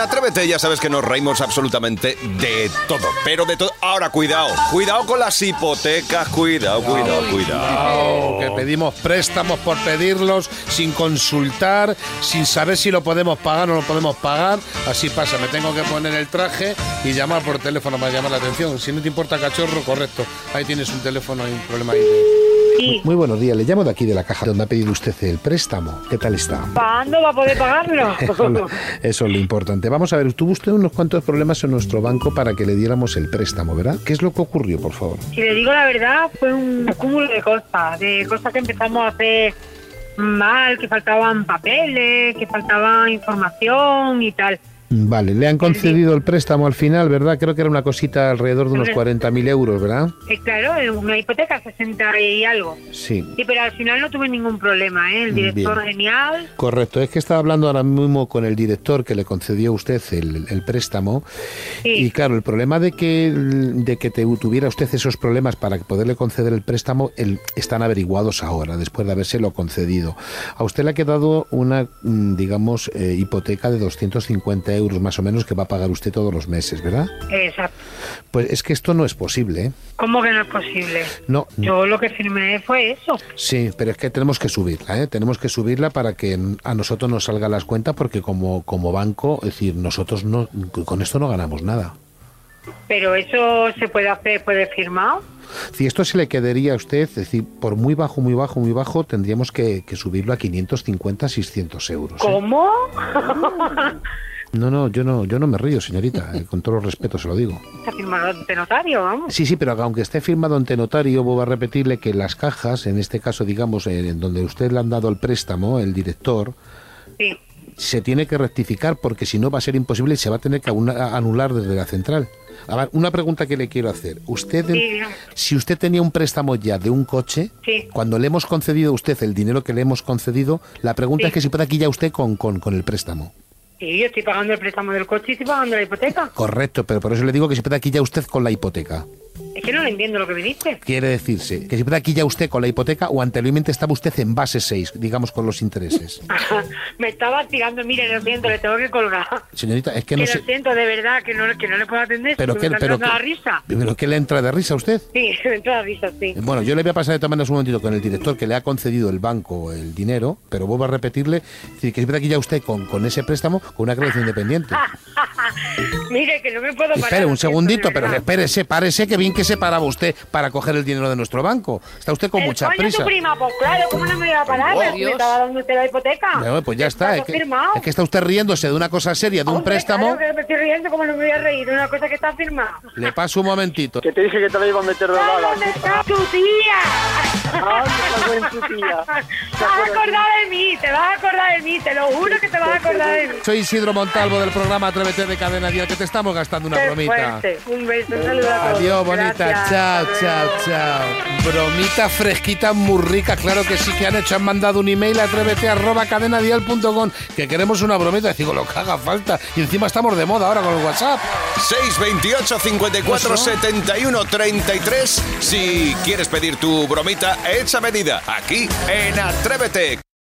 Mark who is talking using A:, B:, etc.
A: Atrévete, ya sabes que nos reímos absolutamente de todo, pero de todo. Ahora, cuidado, cuidado con las hipotecas, cuidado, cuidado, cuidado.
B: Que pedimos préstamos por pedirlos, sin consultar, sin saber si lo podemos pagar o no lo podemos pagar. Así pasa, me tengo que poner el traje y llamar por teléfono para llamar la atención. Si no te importa, cachorro, correcto. Ahí tienes un teléfono, hay un problema ahí.
C: Sí.
D: Muy buenos días, le llamo de aquí de la caja donde ha pedido usted el préstamo. ¿Qué tal está?
C: ¿Cuándo va a poder pagarlo?
D: Eso, es lo- eso es lo importante. Vamos a ver, tuvo usted unos cuantos problemas en nuestro banco para que le diéramos el préstamo, ¿verdad? ¿Qué es lo que ocurrió, por favor?
C: Si le digo la verdad, fue un cúmulo de cosas, de cosas que empezamos a hacer mal, que faltaban papeles, que faltaban información y tal.
D: Vale, le han concedido el préstamo al final, ¿verdad? Creo que era una cosita alrededor de unos 40.000 euros, ¿verdad?
C: Eh, claro, en una hipoteca 60 y algo.
D: Sí.
C: Sí, pero al final no tuve ningún problema, ¿eh? El director
D: Bien.
C: genial.
D: Correcto, es que estaba hablando ahora mismo con el director que le concedió a usted el, el préstamo
C: Sí.
D: y claro, el problema de que, de que te- tuviera usted esos problemas para poderle conceder el préstamo el- están averiguados ahora, después de habérselo concedido. A usted le ha quedado una, mm, digamos, eh, hipoteca de 250 euros más o menos que va a pagar usted todos los meses, ¿verdad?
C: Exacto.
D: Pues es que esto no es posible, ¿eh?
C: eh, ¿Cómo que no es posible?
D: No,
C: Yo lo que firmé fue eso.
D: Sí, pero es que tenemos que subirla, ¿eh? tenemos que subirla para que a nosotros nos salgan las cuentas, porque como, como banco, es decir, nosotros no, con esto no ganamos nada.
C: Pero eso se puede hacer después de firmado.
D: Si esto se le quedaría a usted, es decir, por muy bajo, muy bajo, muy bajo, tendríamos que, que subirlo a 550, 600 euros. ¿eh?
C: ¿Cómo?
D: No, no, yo no, yo no me río, señorita, eh, con todo el respeto se lo digo.
C: Está firmado ante notario, vamos.
D: Sí, sí, pero aunque esté firmado ante notario, vuelvo a repetirle que las cajas, en este caso, digamos, en en donde usted le han dado el préstamo, el director,
C: Sí.
D: se tiene que rectificar porque si no va a ser imposible y se va a tener que auna- anular desde la central. A ver, una pregunta que le quiero hacer. Usted,
C: Sí, dígame.
D: si usted tenía un préstamo ya de un coche,
C: Sí.
D: cuando le hemos concedido a usted el dinero que le hemos concedido, la pregunta
C: Sí.
D: es que si puede aquí ya usted con, con, con el préstamo.
C: Sí, yo estoy pagando el préstamo del coche y estoy pagando la hipoteca.
D: Correcto, pero por eso le digo que si puede aquí ya usted con la hipoteca.
C: Es que no lo entiendo lo que me dices.
D: Quiere decirse que si puede aquí ya usted con la hipoteca o anteriormente estaba usted en base 6, digamos con los intereses.
C: me estaba tirando, mire, lo siento, le tengo que colgar.
D: Señorita, es que
C: Que
D: no
C: lo
D: sé...
C: siento, de verdad, que no, que no le puedo atender.
D: Pero
C: que
D: que,
C: me está
D: pero,
C: entrando la
D: que-
C: risa.
D: pero que le entra de risa a usted.
C: Sí, me entra la risa, sí.
D: Eh, Bueno, yo le voy a pasar de todas maneras un momentito con el director que le ha concedido el banco el dinero, pero vuelvo a repetirle, es decir, que es verdad que ya usted con, con ese préstamo, con una creación independiente.
C: Ah, Mire, que no me puedo parar.
D: Espere
C: lo
D: un
C: siento,
D: segundito,
C: de
D: pero
C: verdad.
D: espérese, párese, que bien que se paraba usted para coger el dinero de nuestro banco. Está usted con
C: El
D: mucha
C: coño de tu
D: prisa.
C: prima, pues claro, ¿cómo no me iba a parar?
A: Oh,
C: Si me
E: Dios.
C: estaba dando usted la hipoteca.
D: Bueno, pues ya está,
C: Está
D: es que,
C: firmado.
D: es que está usted riéndose de una cosa seria, de un
C: Hombre,
D: préstamo.
C: Claro, que me estoy riendo, como no me voy a reír de una cosa que está firmada.
D: Le paso un momentito.
F: Que te dije que te la iba a meter de
C: ¡Ah,
F: bala.
C: ¿Dónde está tu tía?
F: Ah, te cago en tu tía.
C: Te vas a acordar de mí, te vas a acordar de mí, te lo juro que te vas a acordar de mí.
D: Soy Isidro Montalvo del programa Atrévete de Cadena Día, que te estamos gastando una
C: Qué
D: bromita.
C: fuerte. Un beso, un saludo a todos.
D: Adiós, bonita.
C: Gracias,
D: chao,
C: hasta
D: chao,
C: luego.
D: chao. Bromitas fresquitas muy ricas, claro que sí que han hecho. Han mandado un email a atrévete arroba cadenadial.com que queremos una bromita. Digo, lo que haga falta. Y encima estamos de moda ahora con el WhatsApp.
A: 628 54 71 33. Si quieres pedir tu bromita hecha medida, aquí en Atrévete